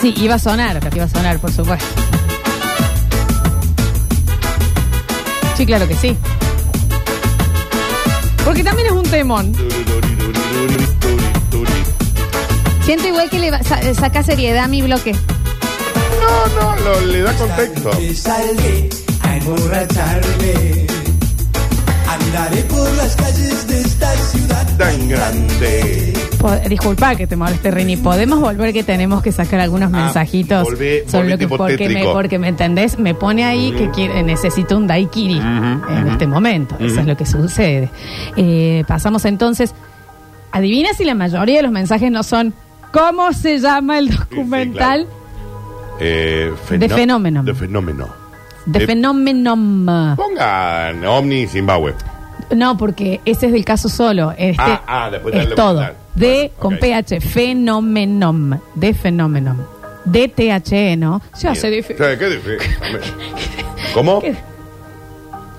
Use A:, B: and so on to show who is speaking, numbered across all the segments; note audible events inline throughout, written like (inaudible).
A: Sí, iba a sonar, iba a sonar, por supuesto. Sí, claro que sí. Porque también es un temón. Siento igual que le va- sa- saca seriedad a mi bloque.
B: No, no, lo- le da contexto.
C: Salí a emborracharme. Andaré por las calles de esta ciudad
B: Tan grande.
A: Po- Disculpa que te moleste, Rini. ¿Podemos volver que tenemos que sacar algunos
B: Ah,
A: mensajitos?
B: volvé- volvé tipo
A: porque, me,
B: tétrico. Mm.
A: porque me entendés, me pone ahí que quiere- necesito un daiquiri
B: Ujú,
A: en
B: ujú.
A: este momento. Eso es lo que sucede. Eh, pasamos entonces. Adivina si la mayoría de los mensajes no son ¿Cómo se llama el documental?
B: Eh,
A: De fenómeno.
B: De fenómeno.
A: De
B: Eh,
A: fenómeno.
B: Pongan Omni Zimbabue.
A: No, porque ese es del caso solo. Este
B: Ah, ah, después
A: es
B: darle
A: todo.
B: vuelta.
A: De
B: Bueno,
A: con
B: ok.
A: PH, fenomenom, de fenómeno. De THE, E, ¿no? Ya se
B: Bien.
A: dice.
B: O sea, ¿qué dice?
A: (laughs)
B: ¿Cómo?
A: ¿Qué?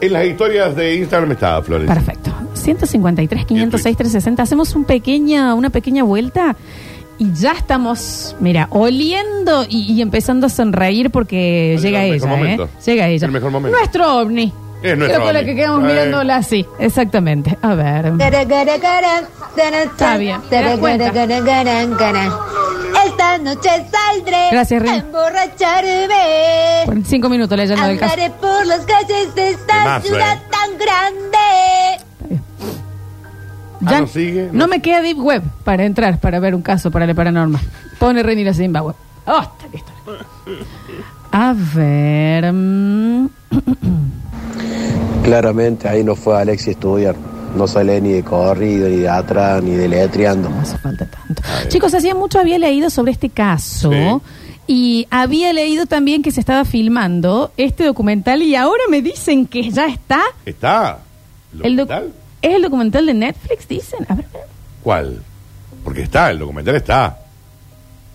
B: En las historias de Instagram está, Flores.
A: Perfecto. 153, 506, 360. Hacemos un pequeña, una pequeña vuelta y ya estamos, mira, oliendo y, y empezando a sonreír porque
B: Ha
A: llega
B: llegado el
A: ella.
B: mejor
A: ¿eh?
B: momento.
A: Llega ella.
B: El mejor momento.
A: Nuestro ovni.
B: Es
A: Creo
B: nuestro
A: con la
B: ovni.
A: que quedamos
B: Eh.
A: mirándola así. Exactamente. A ver.
D: Está
A: bien, te das cuenta.
D: Esta noche saldré
A: Gracias, Rini.
D: a emborracharme.
A: Por cinco minutos leyendo el caso.
D: Andaré por las calles de esta
B: Temazo,
D: ciudad
B: eh.
D: tan grande.
A: Ya
B: Ah, ¿no sigue?
A: no
B: No.
A: me queda Deep Web para entrar, para ver un caso para la paranormal. Pone Renira Zimbabue. ¡Oh, está que está. A ver. mm, (clears throat)
E: Claramente ahí no fue Alexi a estudiar. No sale ni de corrido, ni de atrás, ni de letreando.
A: No hace falta tanto. Chicos, hacía mucho había leído sobre este caso. Y había leído también que se estaba filmando este documental y ahora me dicen que ya está.
B: ¿Está? ¿El
A: El doc-
B: documental?
A: ¿Es el documental de Netflix? Dicen. A ver.
B: ¿Cuál? Porque está, el documental está.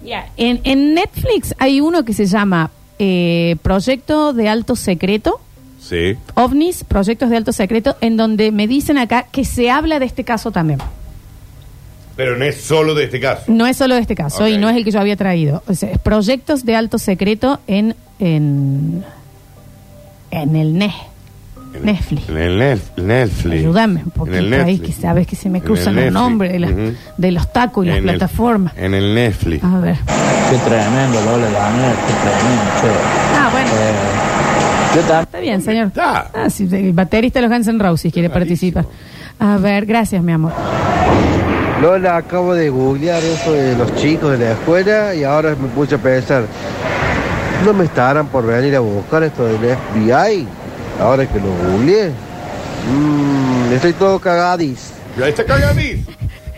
A: Ya, En, en Netflix hay uno que se llama eh, Proyecto de Alto Secreto.
B: Sí.
A: OVNIS, proyectos de alto secreto, en donde me dicen acá que se habla de este caso también.
B: Pero no es solo de este caso.
A: No es solo de este caso
B: Ok.
A: y no es el que yo había traído. O sea, es proyectos de alto secreto en en, en el E NES.
B: En-
A: Netflix.
B: En el Nef- Netflix.
A: Ayúdame un
B: En el
A: poquito ahí, que
B: Netflix.
A: sabes que se me
B: En el
A: cruzan los
B: Netflix.
A: nombres de, las-
B: Ujú.
A: de los tacos y las
B: En el-
A: plataformas.
B: En el Netflix.
A: A ver.
F: Qué tremendo, Lola Daniel, qué tremendo, che.
A: Ah, bueno.
F: Eh, yo también.
A: Está bien, señor.
B: Está.
A: Ah, sí, el baterista de los Guns N' Roses quiere
B: Rarísimo.
A: participar. A ver, gracias, mi amor.
E: Lola, acabo de googlear eso de los chicos de la escuela y ahora me puse a pensar, ¿no me estarán por venir a buscar esto del FBI? Ahora que lo googleé. Mm, estoy todo cagadís.
B: Ya está cagadís.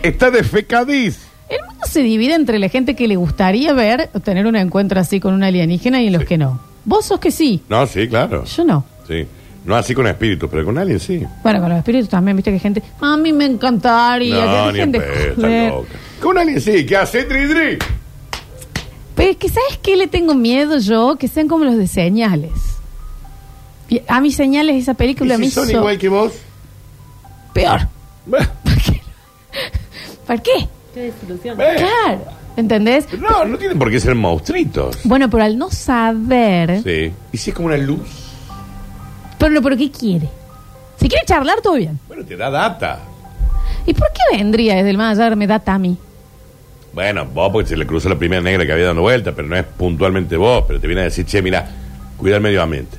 B: Está defecadís.
A: El mundo se divide entre la gente que le gustaría ver o tener un encuentro así con un alienígena y los que no. Vos sos que sí,
B: No, sí, claro.
A: yo no.
B: Sí. No así con espíritus, pero con alguien sí.
A: Bueno, con los espíritus también, viste que hay gente, a mí me encantaría. que
B: No,
A: hay
B: ni en
A: gente,
B: pedo, está
A: joder.
B: loca. Con alguien sí. ¿Qué hace, Tri Tri?
A: Pero es que, ¿sabes qué le tengo miedo yo? Que sean como los de señales. Y A mis señales, esa
B: ¿Y
A: película me
B: si son
A: hizo
B: igual que vos?
A: peor.
B: Bah,
A: ¿Para qué?
B: bah.
A: Claro, ¿entendés?
B: No, no tienen por qué ser monstruitos.
A: Bueno, pero al no saber,
B: Sí. ¿Y si es como una luz?
A: pero no, ¿por qué quiere? Si quiere charlar, todo bien.
B: Bueno, te da data.
A: ¿Y por qué vendría desde el más allá me da a mí?
B: Bueno, vos porque se le cruzó la primera negra que había dando vuelta, pero no es puntualmente vos, pero te viene a decir, che, mira, cuida el medio ambiente.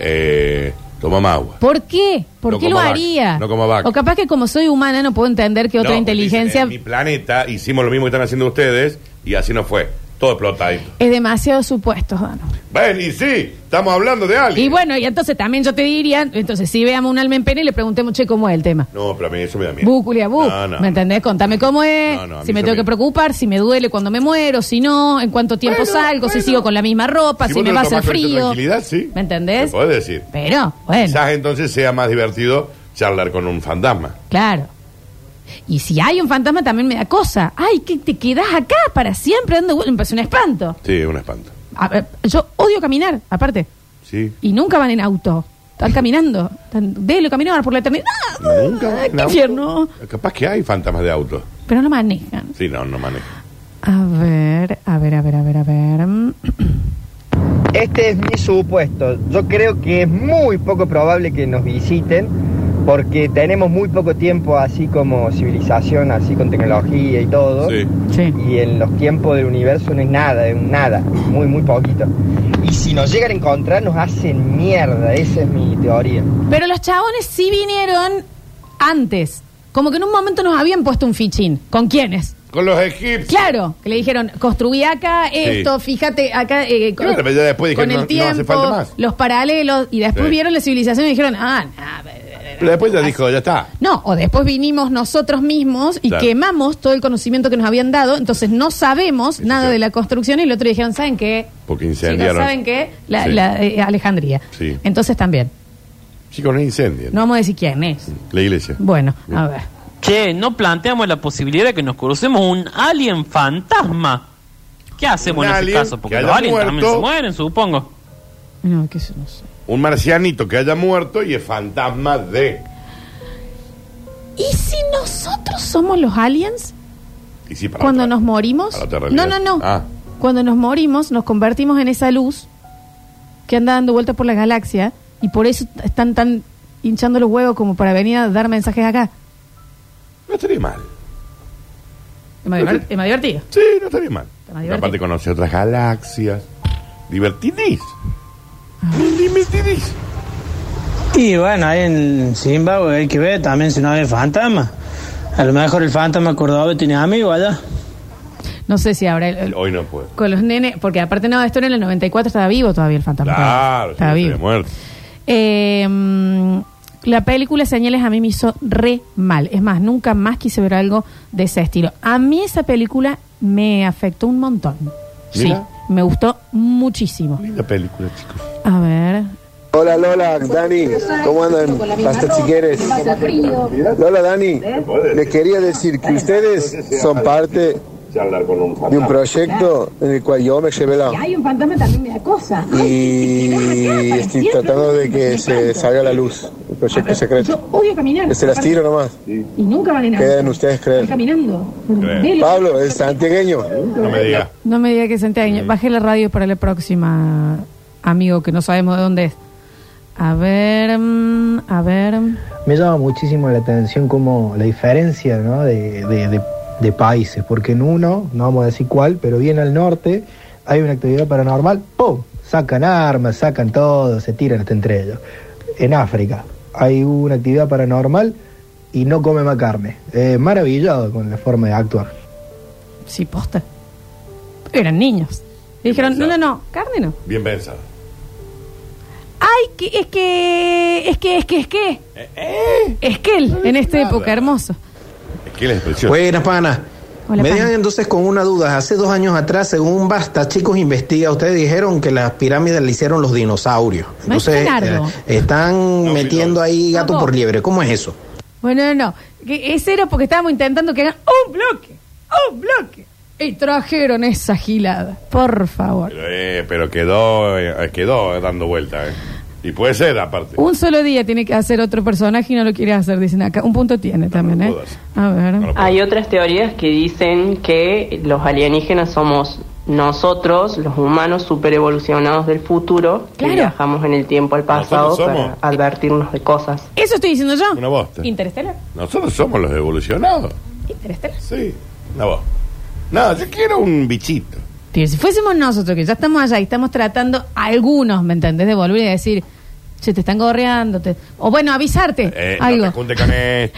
B: Eh, toma más agua.
A: ¿Por qué? ¿Por
B: No
A: qué
B: como
A: lo
B: vaca,
A: haría?
B: no como vaca.
A: O capaz que como soy humana no puedo entender que otra
B: No,
A: inteligencia
B: dicen, En mi planeta hicimos lo mismo que están haciendo ustedes y así no fue. Todo explotadito.
A: es demasiado supuesto. Dano.
B: Ven, y sí, estamos hablando de alguien.
A: Y bueno, y entonces también yo te diría, entonces si veamos un alma en pena y le preguntemos, che, ¿cómo es el tema?
B: No, pero a mí eso me da miedo.
A: Búculia, bú.
B: No, no,
A: ¿Me
B: no.
A: entendés? Contame cómo es,
B: No, no, a mí
A: si me
B: eso
A: tengo
B: me-
A: que preocupar, si me duele cuando me muero, si no, en cuánto tiempo
B: Bueno,
A: salgo, si
B: bueno.
A: sigo con la misma ropa, si,
B: vos
A: me
B: te
A: va
B: lo
A: a hacer
B: tomás con esta
A: frío.
B: tranquilidad, sí.
A: ¿Me entendés?
B: Te podés decir.
A: Pero, bueno.
B: Quizás entonces sea más divertido charlar con un fantasma.
A: Claro. Y si hay un fantasma también me da cosa. Ay, que te quedás acá para siempre dando vueltas. Me parece un espanto.
B: Sí, un espanto.
A: A ver, yo odio caminar, aparte.
B: Sí.
A: Y nunca van en auto. Están caminando. Están, dele caminar por la eternidad.
B: Nunca.
A: Ay,
B: en
A: qué
B: auto.
A: tierno.
B: Capaz que hay fantasmas de auto.
A: Pero no manejan.
B: Sí, no, no maneja.
A: A ver, a ver, a ver, a ver, a ver. (clears throat) Mm.
G: Este es mi supuesto. Yo creo que es muy poco probable que nos visiten porque tenemos muy poco tiempo así como civilización, así con tecnología y todo.
B: Sí.
A: Sí.
G: Y en los tiempos del universo no es nada, es un nada, muy, muy poquito. Y si nos llegan a encontrar nos hacen mierda, esa es mi teoría.
A: Pero los chabones sí vinieron antes. Como que en un momento nos habían puesto un fichín. ¿Con quiénes?
B: Con los egipcios.
A: Claro, que le dijeron, construí acá esto, fíjate acá eh,
B: Claro, pero ya después dijeron,
A: con el
B: no- no
A: tiempo,
B: hace falta más.
A: los paralelos, y después
B: Sí.
A: vieron la civilización y dijeron, ah, nah,
B: Pero después ya dijo, ya está.
A: No, o después vinimos nosotros mismos y
B: Claro.
A: quemamos todo el conocimiento que nos habían dado, entonces no sabemos
B: Sí,
A: nada
B: sí.
A: de la construcción y el otro dijeron, ¿saben qué?
B: Porque
A: Si
B: incendiaron.
A: no saben qué, la,
B: Sí.
A: la, eh, Alejandría.
B: Sí.
A: Entonces también,
B: Chicos, no incendian.
A: no vamos a decir quién es.
B: La iglesia.
A: Bueno, a ver.
H: Che, no planteamos la posibilidad de que nos crucemos un alien fantasma. ¿Qué hacemos
B: Un
H: en ese
B: alien
H: caso? Porque
B: que
H: los
B: haya
H: aliens también
B: muerto.
H: se mueren, supongo.
A: No, que eso no sé.
B: Un marcianito que haya muerto y es fantasma de.
A: ¿Y si nosotros somos los aliens
B: Y sí, para
A: cuando
B: otra-
A: nos morimos?
B: para otra
A: No,
B: realidad.
A: no, no.
B: Ah.
A: Cuando nos morimos, nos convertimos en esa luz que anda dando vueltas por la galaxia y por eso están tan hinchando los huevos como para venir a dar mensajes acá.
B: No estaría mal.
A: Es más, divert- es más divertido.
B: Sí, no estaría mal.
A: más
B: Porque
A: divertido.
B: Aparte conoce otras galaxias. Divertidís. Divertidís.
F: Y bueno, ahí en Zimbabue hay que ver también si no hay fantasma. A lo mejor el fantasma cordobés tiene amigos allá.
A: No sé si habrá el- el-
B: Hoy no puedo.
A: con los nenes, porque aparte no, esto era en el 94, estaba vivo todavía el fantasma.
B: Claro,
A: estaba
B: sí,
A: vivo.
B: estaría muerto.
A: Eh, mm, la película Señales a mí me hizo re mal. Es más, nunca más quise ver algo de ese estilo. A mí esa película me afectó un montón.
B: Mira.
A: Sí, me gustó muchísimo.
B: Linda película, chicos.
A: A ver.
E: Hola Lola, Dani, ¿cómo andan? Basta si quieres. Lola, Dani, le quería decir que ustedes son parte de un proyecto en el cual yo me llevé la...
I: Hay un fantasma también me da cosa.
E: Y estoy tratando de que se salga a la luz el proyecto
I: Yo
E: secreto.
I: odio caminar.
E: Que se las tiro nomás,
I: Y nunca van en auto.
E: queden ustedes
I: Voy
E: creer.
I: caminando.
B: Creen.
I: Velo.
E: Pablo, es santiagueño.
B: No me digas.
A: No me diga que senté año. Bajé la radio para la próxima, amigo, que no sabemos de dónde es. A ver, mm, a ver.
J: Me llama muchísimo la atención como la diferencia ¿no? de, de- de- de países, porque en uno, no vamos a decir cuál, pero bien al norte hay una actividad paranormal, ¡pum! Sacan armas, sacan todo, se tiran hasta entre ellos. En África hay una actividad paranormal y no come más carne. Eh, maravillado con la forma de actuar.
A: Sí, posta. Eran niños. Y dijeron, no, no, no, carne no.
B: Bien pensado.
A: Ay, que, es que, es que, es que, es que. Es que él, en esta época, hermoso.
B: Es que la expresión.
K: Buenas, pana.
A: Hola,
K: Me
A: pana.
K: dejan entonces con una duda. Hace dos años atrás, según Basta, chicos, investiga. Ustedes dijeron que las pirámides las hicieron los dinosaurios.
A: No es
K: Entonces,
A: Leonardo.
K: eh, están
B: No,
K: metiendo
B: Milord.
K: ahí gato
A: No,
K: por
A: vos.
K: liebre. ¿Cómo es eso?
A: Bueno, no, no, que ese era porque estábamos intentando que hagan un bloque, un bloque. Y trajeron esa gilada, por favor.
B: Pero, eh, pero quedó, eh, quedó dando vuelta, eh. Y puede ser, aparte.
A: Un solo día tiene que hacer otro personaje y no lo quiere hacer, dicen acá. Un punto tiene también,
B: no
A: ¿eh?
B: lo puedo hacer.
A: A ver.
B: No lo puedo.
L: Hay otras teorías que dicen que los alienígenas somos nosotros, los humanos superevolucionados del futuro, que
A: Claro.
L: viajamos en el tiempo al pasado
B: Nosotros somos.
L: para advertirnos de cosas.
A: Eso estoy diciendo yo.
B: Una bosta.
A: Interestelar.
B: Nosotros somos los evolucionados.
A: Interestelar.
B: Sí. No, vos. No, yo quiero un bichito.
A: Tío, si fuésemos nosotros, que ya estamos allá y estamos tratando a algunos, ¿me entendés? De volver y decir, che, te están gorreando. te- O bueno, avisarte.
B: Eh,
A: algo.
B: No te juntes con
A: (laughs)
B: este.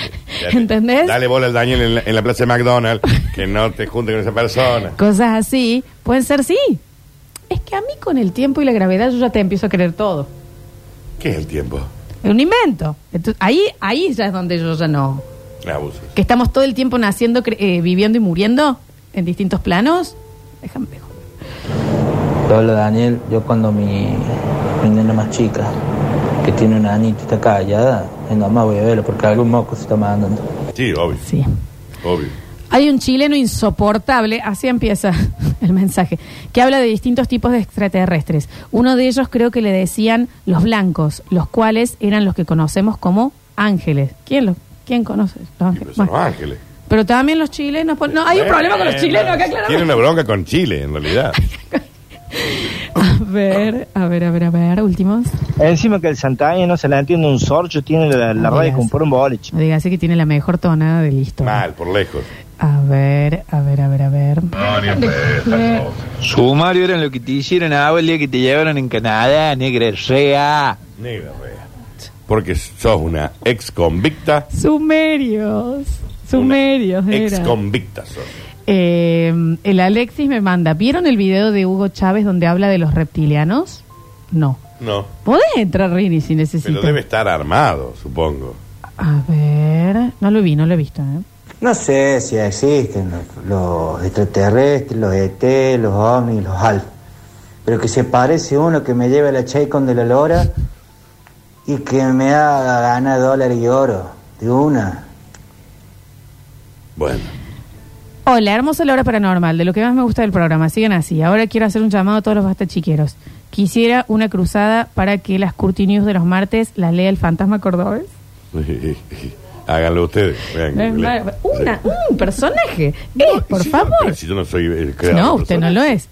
B: Dale-
A: ¿Entendés?
B: Dale bola al Daniel en la, en la plaza de McDonald's. Que no te juntes con esa persona.
A: Cosas así. Pueden ser sí. Es que a mí con el tiempo y la gravedad yo ya te empiezo a creer todo.
B: ¿Qué es el tiempo?
A: Es un invento. Entonces, ahí, ahí ya es donde yo ya no.
B: Me abusos.
A: Que estamos todo el tiempo naciendo, cre- eh, viviendo y muriendo en distintos planos. Déjame de joder.
F: Hola Daniel, yo cuando mi, mi nena más chica, que tiene una anita está callada, en la más voy a verla porque algún moco se está mandando.
B: Sí, obvio.
A: Sí.
B: Obvio.
A: Hay un chileno insoportable, así empieza (laughs) el mensaje, que habla de distintos tipos de extraterrestres. Uno de ellos creo que le decían los blancos, los cuales eran los que conocemos como ángeles. ¿Quién, lo, quién conoce los
B: Sí, pero
A: ángeles?
B: son
A: Ah, Bueno,
B: los ángeles.
A: pero Pero también los chilenos. pon- No, hay un
B: Bueno, eh,
A: problema con los chilenos acá,
B: Tiene
A: claramente.
B: una bronca con Chile, en realidad.
A: (laughs) A ver, a ver, a ver, a ver. Últimos.
M: Encima que el Santaña no se la entiende un sorcho, tiene la, la
J: Ah,
A: No
M: radio
A: digas.
M: con por un boliche.
A: No digas, sé que tiene la mejor tonada de listo.
B: Mal, por lejos.
A: A ver, a ver, a ver, a ver. (laughs)
N: Sumario eran lo que te hicieron a vos el día que te llevaron en Canadá, negra rea.
B: Negra rea. Porque sos una ex convicta.
A: Sumerios. Sumerios,
B: Ex
A: era.
B: convicta sos.
A: Eh, el Alexis me manda. ¿Vieron el video de Hugo Chávez donde habla de los reptilianos? No.
B: No.
A: Podés entrar, Rini, si necesitas.
B: Pero debe estar armado, supongo.
A: A ver. No lo vi, no lo he visto. ¿eh?
F: No sé si existen los, los extraterrestres, los E ET, los ovnis, los alf. Pero que se parece uno que me lleve la Chaycon de la Lora y que me haga ganar dólar y oro de una.
B: Bueno. (laughs)
A: Hola, hermosa Laura Paranormal, de lo que más me gusta del programa. Sigan así. Ahora quiero hacer un llamado a todos los bastachiqueros. Quisiera una cruzada para que las Curti News de los martes las lea el fantasma cordobés.
B: Háganlo ustedes. vean que
A: Es
B: le-
A: mar- una, un personaje. Eh, por favor.
B: Pero si yo no soy el creador.
A: No, usted no lo es.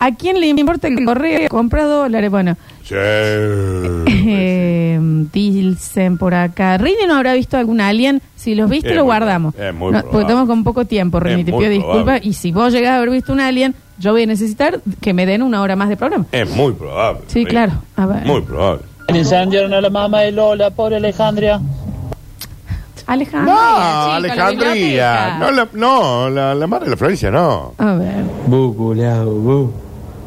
A: ¿A quién le importa el correo? Compra dólares. Bueno,
B: Sí.
A: eh, dicen por acá. Rini no habrá visto algún alien. Si los viste,
B: Es
A: lo
B: muy
A: guardamos.
B: proba- es muy
A: No,
B: probable.
A: porque estamos con poco tiempo, Rini.
B: Es
A: te
B: muy
A: pido disculpas.
B: probable.
A: Y si vos llegás a haber visto un alien, yo voy a necesitar que me den una hora más de programa.
B: Es muy probable. ¿eh?
A: Sí, claro. A ver.
B: Muy probable.
O: Incendiaron a la mamá de Lola, pobre Alejandra.
A: Alejandro.
B: No, Alejandría. No, la, no la, la madre de la Florencia, no.
A: A ver.
F: Bu, culiao, bu.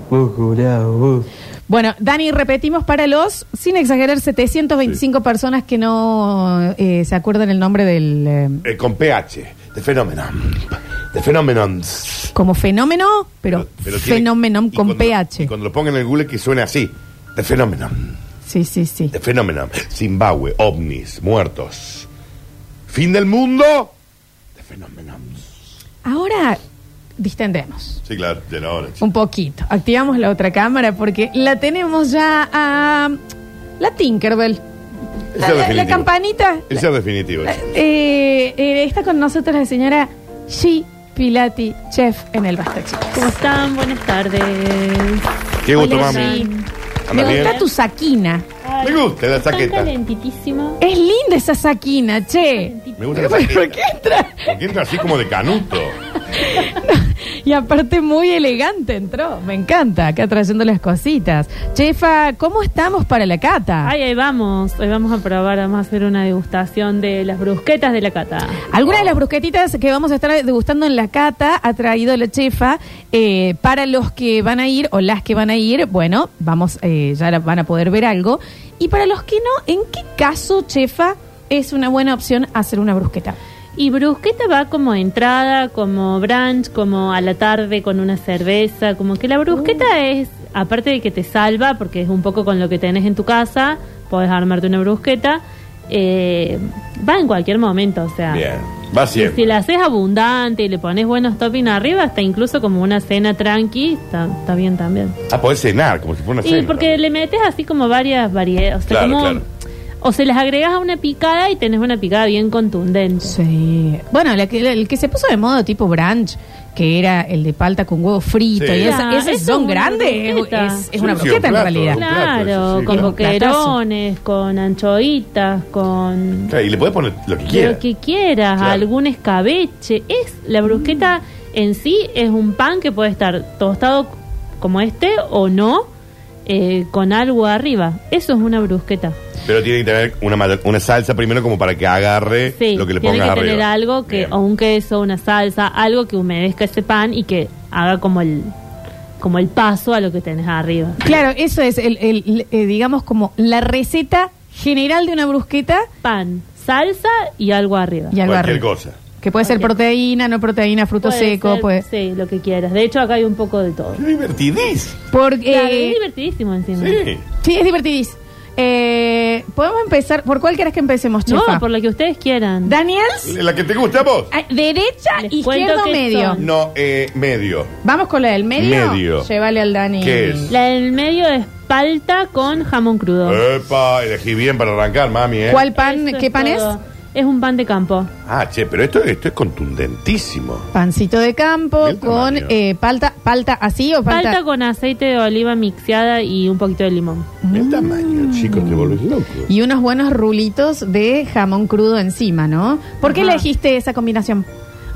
F: Bu, culiao, bu.
A: Bueno, Dani, repetimos para los, sin exagerar, 725 personas que no eh, se acuerdan el nombre del... eh,
B: Eh, con PH. De fenómeno. De fenómeno.
A: como fenómeno, pero,
B: pero tiene-
A: fenómeno con PH.
B: Cuando lo pongan en el Google que suene así. De fenómeno.
A: Sí, sí, sí.
B: De fenómeno. Zimbabue. Ovnis. Muertos. Fin del mundo.
A: Ahora distendemos
B: Sí, claro. De la hora.
A: un poquito. Activamos la otra cámara porque la tenemos ya a la Tinkerbell.
B: Esa
A: La,
B: es
A: la
B: definitiva.
A: campanita.
B: Esa es definitiva.
A: Eh, eh, está con nosotros la señora G. Pilati, chef en el Basta Chicos.
P: ¿Cómo están? Buenas tardes.
B: Qué gusto,
P: Hola,
B: mami.
P: Jean.
B: Anda
A: Me gusta
B: bien.
A: tu saquina.
P: Ay,
B: Me gusta la
P: Tan
B: saqueta.
P: calentitísima.
A: Es linda esa saquina, che.
B: Me gusta la
A: Pero, ¿Por
B: saqueta.
A: qué entra?
B: Porque entra así como de canuto.
A: Y aparte muy elegante entró. Me encanta, acá trayendo las cositas. Chefa, ¿cómo estamos para la cata?
P: Ay, ahí vamos. Hoy vamos a probar, vamos a hacer una degustación de las brusquetas de la cata.
A: Algunas de las brusquetitas que vamos a estar degustando en la cata ha traído la chefa. eh, para los que van a ir o las que van a ir, bueno, vamos, eh, ya la- van a poder ver algo. Y para los que no, ¿en qué caso, chefa, es una buena opción hacer una brusqueta?
P: Y brusqueta va como entrada, como brunch, como a la tarde con una cerveza, como que la brusqueta
B: Uh.
P: es, aparte de que te salva, porque es un poco con lo que tenés en tu casa, podés armarte una brusqueta, eh, va en cualquier momento, o sea.
B: Bien. Va
P: Y
B: siempre.
P: Si Ah. la haces abundante y le pones buenos toppings arriba, hasta incluso como una cena tranqui, está, está bien también.
B: Ah, podés cenar, como si fuera una
P: Y
B: cena.
P: porque le metes así como varias variedades. O sea,
B: Claro,
P: como-
B: claro.
P: O se las agregas a una picada y tenés una picada bien contundente.
A: Sí. Bueno, la que- la- el que se puso de moda tipo brunch, que era el de palta con huevo frito,
P: Sí.
A: y esa-
P: Ah,
A: esas
P: eso
A: son
P: es una
A: grandes, es,
P: brusqueta.
A: es- es una
P: Sí, sí,
A: brusqueta
B: un
A: en
B: plato,
A: realidad.
B: un plato,
P: Claro,
B: eso sí,
P: con
B: claro.
P: boquerones, con anchoitas, con
B: Claro, y le podés poner lo que
P: lo
B: quieras.
P: que quieras,
B: Claro.
P: algún escabeche. Es la brusqueta en sí es un pan que puede estar tostado como este o no, eh, con algo arriba. Eso es una brusqueta.
B: Pero tiene que tener una, ma- una salsa primero como para que agarre
P: Sí,
B: lo que le
P: tiene
B: pongas
P: que
B: arriba.
P: tener algo que, o un queso, una salsa, algo que humedezca ese pan y que haga como el, como el paso a lo que tenés arriba.
A: Claro, eso es, el, el- eh, digamos, como la receta general de una brusqueta.
P: Pan, salsa y algo arriba.
A: Y algo
B: Cualquier
A: arriba.
B: cosa.
A: Que puede ser proteína, no proteína, fruto
P: Puede
A: seco, pues.
P: ser,
A: puede.
P: Sí, lo que quieras. De hecho, acá hay un poco de todo.
B: Divertidís.
A: Porque.
P: Claro, es divertidísimo encima.
B: Sí.
A: Eh, Sí, es divertidís. Eh, Podemos empezar. ¿Por cuál querés que empecemos,
P: No,
A: chefa?
P: por la que ustedes quieran.
A: Daniel.
B: ¿La que te gusta a vos?
A: Ay, Derecha,
P: cuento
A: izquierda o
P: que
A: medio.
B: No, eh, medio.
A: Vamos con la del medio.
B: Medio.
A: Llévale al Dani.
B: ¿Qué es?
P: La del medio es palta con jamón crudo.
B: Epa, elegí bien para arrancar, mami, ¿eh?
A: ¿Cuál pan?
P: Eso
A: ¿Qué
P: es
A: pan
P: todo.
A: es?
P: es un pan de campo.
B: Ah, che, pero esto, esto es contundentísimo.
A: Pancito de campo con eh, palta, palta así o palta.
P: Palta con aceite de oliva mixeada y un poquito de limón.
B: El tamaño, chicos, te volvés loco.
A: Mm. Y unos buenos rulitos de jamón crudo encima, ¿no? ¿Por qué
P: Ajá.
A: elegiste esa combinación?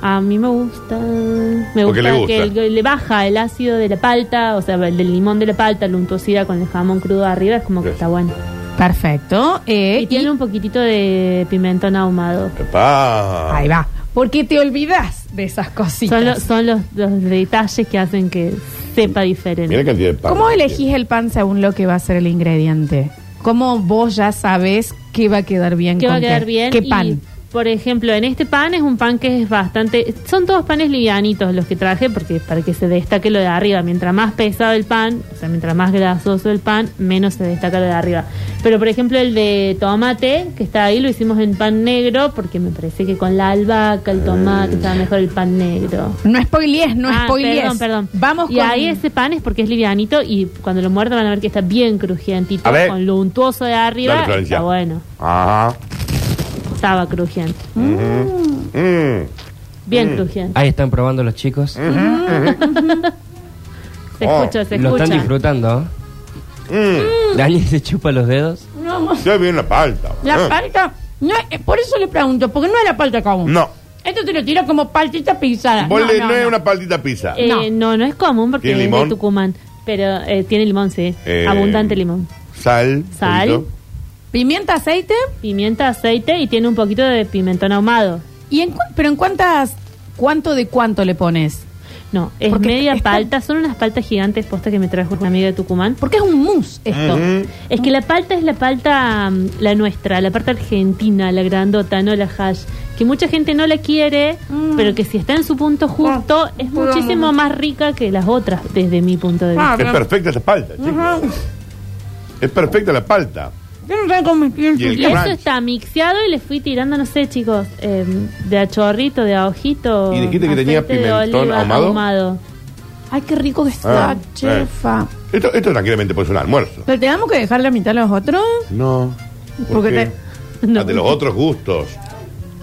P: A mí me gusta. Me
B: Porque
P: gusta,
B: le gusta.
P: que el- que le baja el ácido de la palta, o sea, el del limón de la palta, la untuosidad con el jamón crudo arriba, es como que está bueno.
A: Perfecto. eh,
P: y, tiene un poquitito de pimentón ahumado.
B: Epa.
A: Ahí va. Porque te olvidas de esas cositas.
P: Son, lo- son los, los detalles que hacen que sepa diferente.
B: Mira la cantidad de pan.
A: ¿Cómo elegís el pan según lo que va a ser el ingrediente? ¿Cómo vos ya sabes qué va a quedar bien
P: que va a
A: con qué?
P: quedar bien.
A: ¿Qué
P: y,
A: pan?
P: por ejemplo, en este pan es un pan que es bastante. Son todos panes livianitos los que traje, porque para que se destaque lo de arriba. Mientras más pesado el pan, o sea, mientras más grasoso el pan, menos se destaca lo de arriba. Pero, por ejemplo, el de tomate, que está ahí, lo hicimos en pan negro, porque me parece que con la albahaca, el tomate, estaba mejor el pan negro.
A: No spoilees, no
P: Ah,
A: spoilees.
P: Perdón, perdón.
A: Vamos
P: y
A: con-
P: ahí ese pan es porque es livianito y cuando lo muerdan van a ver que está bien crujientito.
B: A ver.
P: Con lo untuoso de arriba.
B: Dale, Florencia.
A: Ah,
P: está bueno.
B: Ajá.
P: Estaba crujiente.
Q: Ujú. Mm.
P: Bien crujiente.
Q: Ahí están probando los chicos.
P: Se
B: Oh.
P: escucha, se
Q: Lo están
P: escucha.
Q: disfrutando.
A: Mm.
Q: Dani se chupa los dedos.
A: No,
B: Se viene la palta.
A: la
Q: Mm.
A: palta. No, eh, por eso le pregunto, porque no era palta común.
B: No.
A: Esto te lo tira como paltita
P: (laughs)
A: pisada.
B: Vos
A: No,
B: le-
A: no,
B: no, es
A: no.
B: una paltita pizza.
P: Eh, no. no, es común porque
B: ¿Tiene
P: es de
B: limón?
P: Tucumán. Pero eh, tiene limón, sí.
B: Eh,
P: Abundante limón.
B: Sal.
P: Sal.
B: poquito.
A: Pimienta, aceite.
P: Pimienta, aceite y tiene un poquito de pimentón ahumado.
A: ¿Y en cu- pero en cuántas, cuánto de cuánto le pones?
P: No, es
A: Porque
P: media
A: está-
P: palta, son unas paltas gigantes posta que me trajo una amiga de Tucumán.
A: Porque es un mousse
P: esto.
A: Ujú.
P: Es que la palta es la palta, mm, la nuestra, la parte argentina, la grandota, no la hash. Que mucha gente no la quiere, pero que si está en su punto justo, es muchísimo más rica que las otras, desde mi punto de
A: Ah,
P: vista.
B: Es perfecta esa palta, chicos. Es perfecta la palta. Y el
P: Y eso
B: crunch.
P: está mixeado y le fui tirando, no sé, chicos, eh, de a chorrito, de a ojito.
B: ¿Y dijiste que tenía
P: aceite de
B: pimentón
P: oliva
B: ahumado?
A: Ay, qué rico que
B: está, Ah, chefa. Esto, esto tranquilamente puede ser un almuerzo.
A: ¿Pero tenemos que dejar la mitad a los otros?
B: No. ¿por
A: Porque
B: qué? Ah, De los otros gustos.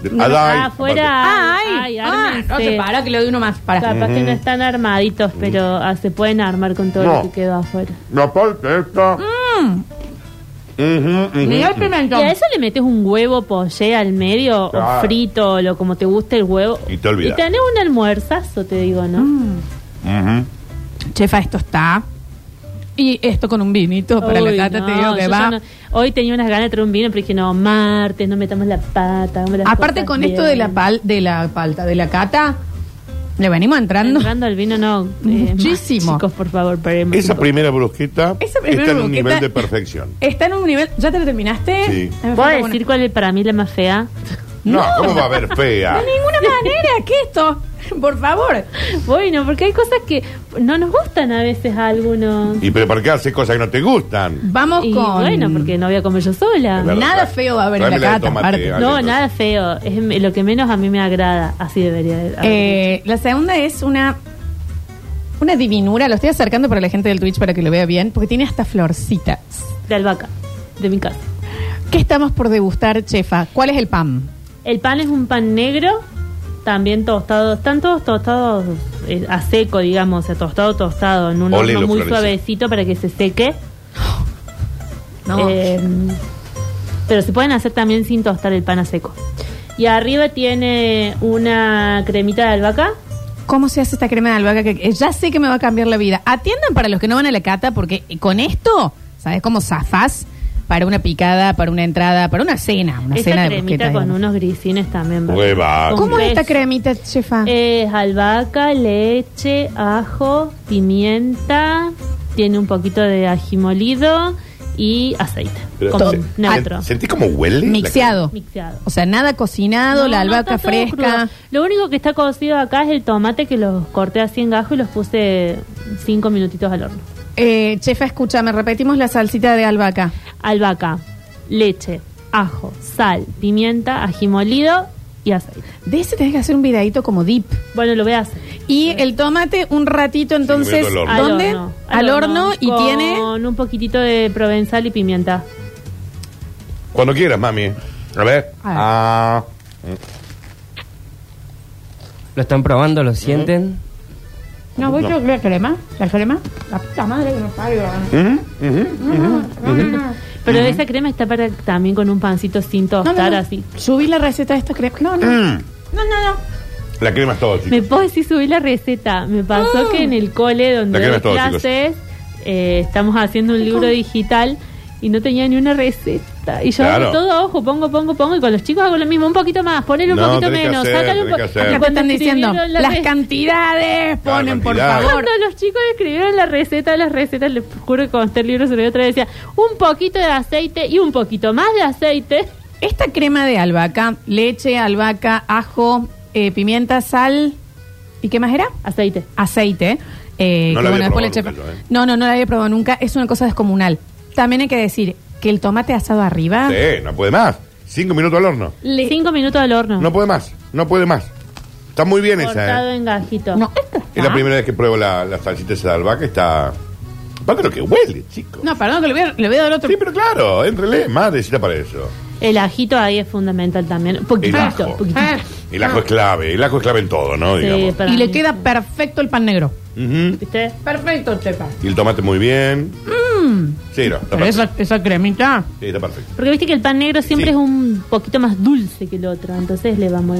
B: De- Ah, dai.
P: afuera.
A: Ay,
P: Ay,
A: ah, no
P: ármense.
A: se para, que le doy uno más. Para.
P: Capaz que no están armaditos, pero ah, se pueden armar con todo
B: No.
P: lo que quedó afuera.
B: La palta esta.
P: Mm.
B: Ujú, ujú.
P: Y a eso le metes un huevo poché al medio,
B: Claro.
P: o frito, o lo como te guste el huevo.
B: Mm. Y te olvidas.
P: Y tenés un almuerzazo, te digo, ¿no? Mm.
B: Ujú.
A: Chefa, esto está. Y esto con un vinito para
P: Uy,
A: la tata, te
P: no,
A: digo
P: yo
A: que
P: ya
A: va.
P: no- hoy tenía unas ganas de traer un vino, pero dije, no, martes, no metamos la pata. hagamos las
A: Aparte
P: cosas
A: con esto de
P: bien.
A: la pal, de la palta, de la cata, le venimos entrando.
P: Entrando al vino, no. eh,
A: Muchísimo.
P: más, chicos, por favor, paremos.
B: Esa
P: un poco.
B: primera brusqueta
A: Esa primera
B: está en un
A: brusqueta-
B: nivel de perfección.
A: Está en un nivel. ¿Ya te lo terminaste?
B: Sí.
A: Ay, me
P: ¿Puedo
A: falta una.
P: decir cuál es para mí la más fea?
B: No, ¿cómo va a haber fea?
A: De ninguna manera, ¿qué esto? (laughs) Por favor.
P: Bueno, porque hay cosas que no nos gustan a veces a algunos.
B: ¿Y pero por qué haces cosas que no te gustan?
A: Vamos
P: Y
A: con-
P: Bueno, porque no voy a comer yo sola.
B: Es verdad.
A: Nada feo va a haber en la
B: Tráemela de
A: cata.
B: tomate,
A: aparte.
B: Ale,
P: No,
B: entonces.
P: nada feo. Es m- lo que menos a mí me agrada. Así debería de haber
A: Eh, la segunda es una una divinura. Lo estoy acercando para la gente del Twitch para que lo vea bien, porque tiene hasta florcitas.
P: dicho. De albahaca, de mi casa.
A: ¿Qué estamos por degustar, chefa? ¿Cuál es el pan?
P: El pan es un pan negro, también tostado. Están todos tostados eh, a seco, digamos. O sea, tostado, tostado. En un
B: Olelo,
P: horno muy
B: Florencia.
P: suavecito para que se seque. Eh, pero se pueden hacer también sin tostar el pan a seco. Y arriba tiene una cremita de albahaca.
A: ¿Cómo se hace esta crema de albahaca? Que eh, ya sé que me va a cambiar la vida. Atiendan para los que no van a la cata, porque eh, con esto, ¿sabes cómo zafás? Para una picada, para una entrada, para una cena. Una
P: Esa
A: cena de
P: cremita
A: brusquetas,
P: con
A: digamos.
P: unos grisines también. ¿verdad?
B: Hueva.
P: Con
A: ¿Cómo es esta
P: queso.
A: cremita, chefa?
P: Es albahaca, leche, ajo, pimienta, tiene un poquito de ají molido y aceite.
B: Pero
P: Como
B: se-
P: neutro.
B: sen- ¿Sentí como huele? la
A: Mixeado.
P: Mixeado.
A: O sea, nada cocinado,
P: No,
A: la
P: no,
A: albahaca
P: está todo
A: fresca.
P: crudo. Lo único que está cocido acá es el tomate que los corté así en gajo y los puse cinco minutitos al horno.
A: Eh, chefa, escúchame, repetimos la salsita de albahaca.
P: Albahaca, leche, ajo, sal, pimienta, ají molido y aceite.
A: De ese tenés que hacer un videito como dip.
P: Bueno, lo voy a hacer.
A: Y el tomate un ratito entonces,
B: minutos al horno.
A: ¿dónde?
P: Al horno,
A: Al horno y
P: con
A: tiene
P: un poquitito de provenzal y pimienta.
B: Cuando quieras, mami.
A: A
B: A ver.
A: ver.
B: Ah.
Q: Lo están probando, lo sienten.
A: No, voy yo la crema. La crema. La puta madre que nos parió.
P: Pero esa crema está para también con un pancito sin tostar así.
A: Subí la receta de esta crema. No, no.
B: Mm,
A: No, no, no.
B: La crema es todo, chicos.
P: Me puedo decir subir la receta. Me pasó
A: Ah.
P: que en el cole donde
B: La crema
P: doy
B: es todo, chicos.
P: clases eh, estamos haciendo un libro digital y no tenía ni una receta. Y yo
B: Claro.
P: hago todo ojo, pongo, pongo, pongo. Y con los chicos hago lo mismo, un poquito más, ponele un
B: No,
P: poquito
B: tenés que
P: menos,
B: hacer,
P: sácale un
B: tenés que
P: poquito.
B: hacer.
A: Acá están diciendo, las cantidades
B: Claro,
A: ponen, por
B: cantidades.
A: favor.
P: Cuando los chicos escribieron la receta, las recetas, les juro que cuando este libro se lo dio otra vez, decía un poquito de aceite y un poquito más de aceite.
A: Esta crema de albahaca, leche, albahaca, ajo, eh, pimienta, sal. ¿Y qué más era?
P: Aceite.
A: Aceite. eh,
B: No
A: que bueno,
B: la
A: después
B: había probado
A: le
B: nunca
A: eché-
B: yo, ¿eh?
A: No, no, no la había probado nunca. Es una cosa descomunal. También hay que decir que el tomate asado arriba.
B: Sí, no puede más. Cinco minutos al horno.
P: Cinco minutos al horno.
B: No puede más. No puede más. Está muy bien esa,
P: cortado
B: ¿eh?
P: en gajito.
B: Es
A: Ah.
B: la primera vez que pruebo la, la salsita esa de albahaca. Está. Va, creo que huele, chico.
A: No, perdón, que le voy a, le voy a dar otro.
B: Sí, pero claro, entrele, madrecita para eso.
P: El ajito ahí es fundamental también. Poquitito,
A: Ah,
B: El ajo.
P: poquitito.
B: El
P: Ah.
B: ajo es clave, el ajo es clave en todo, ¿no? Digamos.
P: para
A: y le
P: mí.
A: queda perfecto el pan negro.
B: Ujú.
P: ¿Viste?
A: Perfecto, Chepa.
B: Y el tomate muy bien. Sí, no, está
A: Mm. Pero
B: perfecto.
A: esa, esa cremita.
B: Sí, está perfecto.
P: Porque viste que el pan negro siempre
B: Sí.
P: es un poquito más dulce que el otro. Entonces le vamos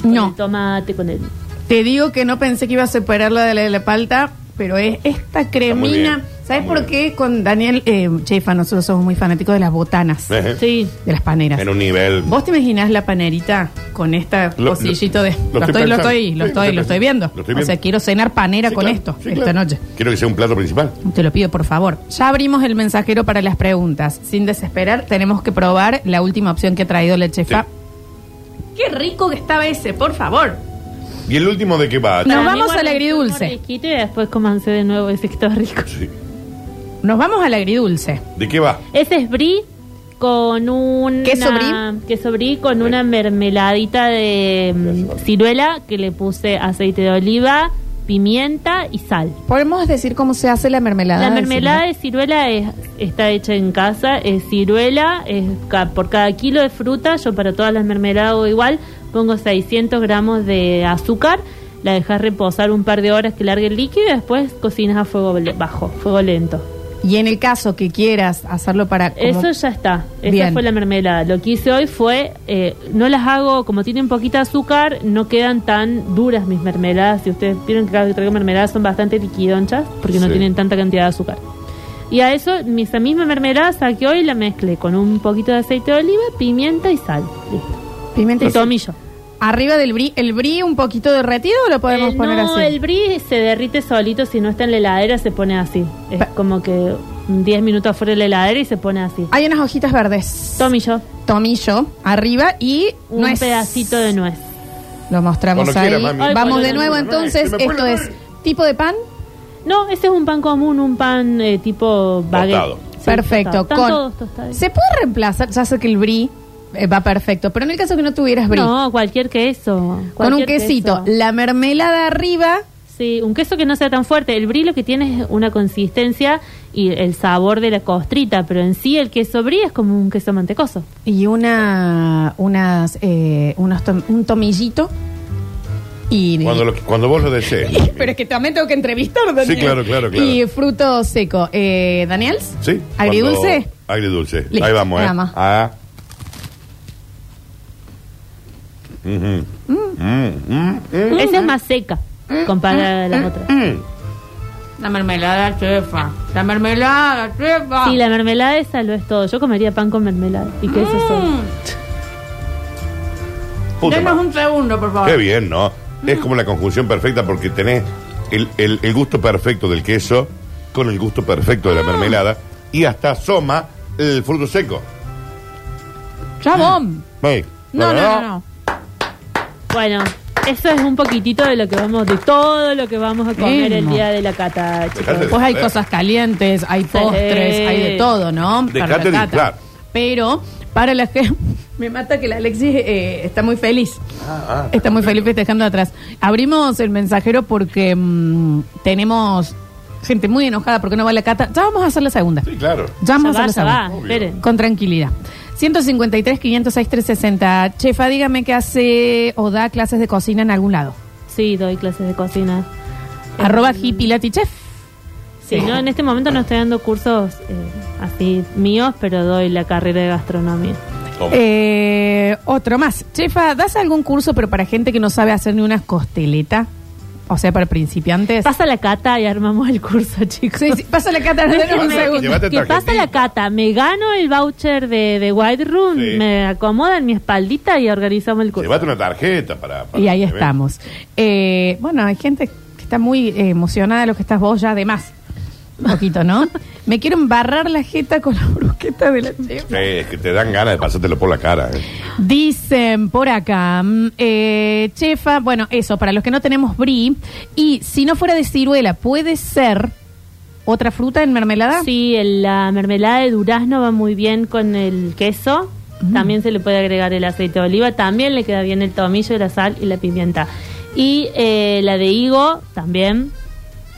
P: con
A: No.
P: el tomate, con el.
A: Te digo que no pensé que iba a separarla de la de la palta, pero es esta
B: muy bien,
A: cremina.
B: está
A: ¿Sabes
B: muy
A: por qué con Daniel eh, Chefa nosotros somos muy fanáticos de las botanas?
B: Ejé.
P: Sí.
A: De las paneras.
B: Eh, En un nivel.
A: ¿Vos te imaginás la panerita con esta
B: Lo-
A: cosillito de...
B: lo
A: Lo, estoy,
B: estoy
A: lo
B: pensando.
A: estoy, lo
B: Sí,
A: estoy,
B: estoy
A: lo estoy viendo.
B: pensando. Lo estoy
A: O sea,
B: viendo.
A: quiero cenar panera
B: Sí,
A: con
B: claro,
A: esto
B: sí,
A: esta
B: claro.
A: noche.
B: Quiero que sea un plato principal.
A: Te lo pido, por favor. Ya abrimos el mensajero para las preguntas. Sin desesperar, tenemos que probar la última opción que ha traído la chefa. Qué rico que estaba ese, por favor.
B: ¿Y el último de qué va?
A: Nos
P: Para mí
A: vamos
P: guarden
A: al agridulce.
P: un mordisquito Y después comanse de nuevo ese que está rico.
B: Sí.
A: Nos vamos al agridulce.
B: ¿De qué va?
A: Eh.
P: Ese es brie con un.
A: ¿Queso
P: Queso brie con una mermeladita de mm, ciruela que le puse aceite de oliva, pimienta y sal.
A: ¿Podemos decir cómo se hace la mermelada?
P: La mermelada de ciruela es, está hecha en casa, es ciruela, es ca- por cada kilo de fruta, yo para todas las mermeladas hago igual, pongo 600 gramos de azúcar, la dejas reposar un par de horas que largue el líquido y después cocinas a fuego le- bajo, fuego lento.
A: Y en el caso que quieras hacerlo para... como-
P: Eso ya está, esa
A: Bien.
P: fue la mermelada. Lo que hice hoy fue, eh, no las hago, como tienen poquita azúcar, no quedan tan duras mis mermeladas. Si ustedes vieron que cada vez que traigo mermeladas son bastante liquidonchas porque no
B: Sí.
P: tienen tanta cantidad de azúcar. Y a eso, esa misma mermelada saqué hoy y la mezclé con un poquito de aceite de oliva, pimienta y sal. Listo.
A: Pimienta
P: Y
A: y tomillo.
P: tomillo.
A: Arriba del brie, ¿el brie un poquito derretido o lo podemos
P: Eh,
A: poner
P: no,
A: así?
P: el brie se derrite solito, si no está en la heladera se pone así. Es
A: Pa-
P: como que 10 minutos afuera de la heladera y se pone así.
A: Hay unas hojitas verdes.
P: Tomillo,
A: Tomillo arriba y
P: un
A: nuez.
P: pedacito de nuez.
A: Lo mostramos
B: Cuando
A: ahí.
B: quiera, mami.
P: Ay,
A: Vamos
P: cuando
A: de nuevo
P: quiera.
A: entonces.
B: Se me pone
A: Esto
B: la
A: es tipo de pan.
P: No, este es un pan común, un pan eh, tipo baguette.
B: Tostado.
P: Sí,
A: Perfecto.
P: tostado. Están
A: con-
P: todos tostados.
A: Se puede reemplazar, ya sé que el brie eh, va perfecto, pero en el caso que no tuvieras brie,
P: No, cualquier queso.
A: con un
P: cualquier
A: quesito,
P: queso.
A: la mermelada arriba,
P: Sí, un queso que no sea tan fuerte. El brie lo que tiene es una consistencia y el sabor de la costrita, pero en sí el queso brie es como un queso mantecoso.
A: Y una, unas, eh, unos tom- un tomillito. Y,
B: Cuando, lo- cuando vos lo desees.
A: (laughs) Pero es que también tengo que entrevistar, Daniel.
B: Sí, claro, claro, claro.
A: Y fruto seco. Eh, ¿Daniels?
B: ¿Sí?
A: ¿Agridulce?
B: cuando- Agridulce.
A: Listo,
B: Ahí vamos, ¿eh?
A: vamos.
B: Ah. Ujú. Mm, mm, mm.
P: Esa es más seca comparada a
A: Mm,
P: las otras.
A: La mermelada chefa. La mermelada chefa.
P: Sí, la mermelada esa lo es todo. Yo comería pan con mermelada y queso
A: Mm.
P: solo.
B: Puta madre.
A: un segundo, por
P: Ah.
B: Qué bien, ¿no?
P: Mm.
B: Es como la conjunción perfecta porque tenés el, el- el gusto perfecto del queso con el gusto perfecto
P: Ah.
B: de la mermelada y hasta asoma el fruto seco.
A: Chabón.
B: Ey,
A: No, no,
B: ¿verdad?
A: no, no.
P: Bueno, eso es un poquitito de lo que vamos, de todo lo que vamos a comer el
A: Mismo.
P: día de la cata, chicos.
B: Dejate de-
A: Pues hay
B: Eh.
A: cosas calientes, hay postres, hay de todo, ¿no? Para
B: Dejate
A: la
B: de
A: cata.
B: inflar.
A: Pero para la que (laughs) me mata que la Alexis eh, está muy feliz.
B: Ah, ah.
A: Está muy feliz festejando atrás. Abrimos el mensajero porque mm, tenemos gente muy enojada porque no va a la cata. Ya vamos a hacer la segunda.
B: Sí, claro.
A: Ya
P: Ya
A: vamos a
P: va,
A: hacer
P: ya
A: la
P: va,
A: segunda.
B: Obvio.
P: esperen.
A: Con tranquilidad. 153 506 360. Chefa, dígame que hace o da clases de cocina en algún lado.
P: Sí, doy clases de cocina.
A: Arroba hippilatichef.
P: Sí, no, en este momento no estoy dando cursos eh, así míos, pero doy la carrera de gastronomía.
A: Eh, otro más. Chefa, ¿das algún curso pero para gente que no sabe hacer ni una costeleta? O sea, para principiantes.
P: Pasa la cata y armamos el curso, (laughs) chicos.
A: Sí, sí, pasa la cata, dame
P: (laughs)
A: un segundo.
P: Que pasa la cata, me gano el voucher de, de White Room,
B: Sí.
P: me acomodan mi espaldita y organizamos el curso.
B: Llevate una tarjeta para. para
A: Y ahí
B: que vean.
A: estamos. Eh, bueno, hay gente que está muy eh, emocionada de lo que estás vos ya, además. Un poquito, ¿no? Me quiero embarrar la jeta con la brusqueta de la chefa.
B: Sí, es que te dan ganas de pasártelo por la cara. eh.
A: Dicen por acá, mm, eh, chefa, bueno, eso, para los que no tenemos brie, y si no fuera de ciruela, ¿puede ser otra fruta en mermelada?
P: Sí, el- la mermelada de durazno va muy bien con el queso.
A: Mm.
P: También se le puede agregar el aceite de oliva. También le queda bien el tomillo, la sal y la pimienta. Y eh, la de higo también.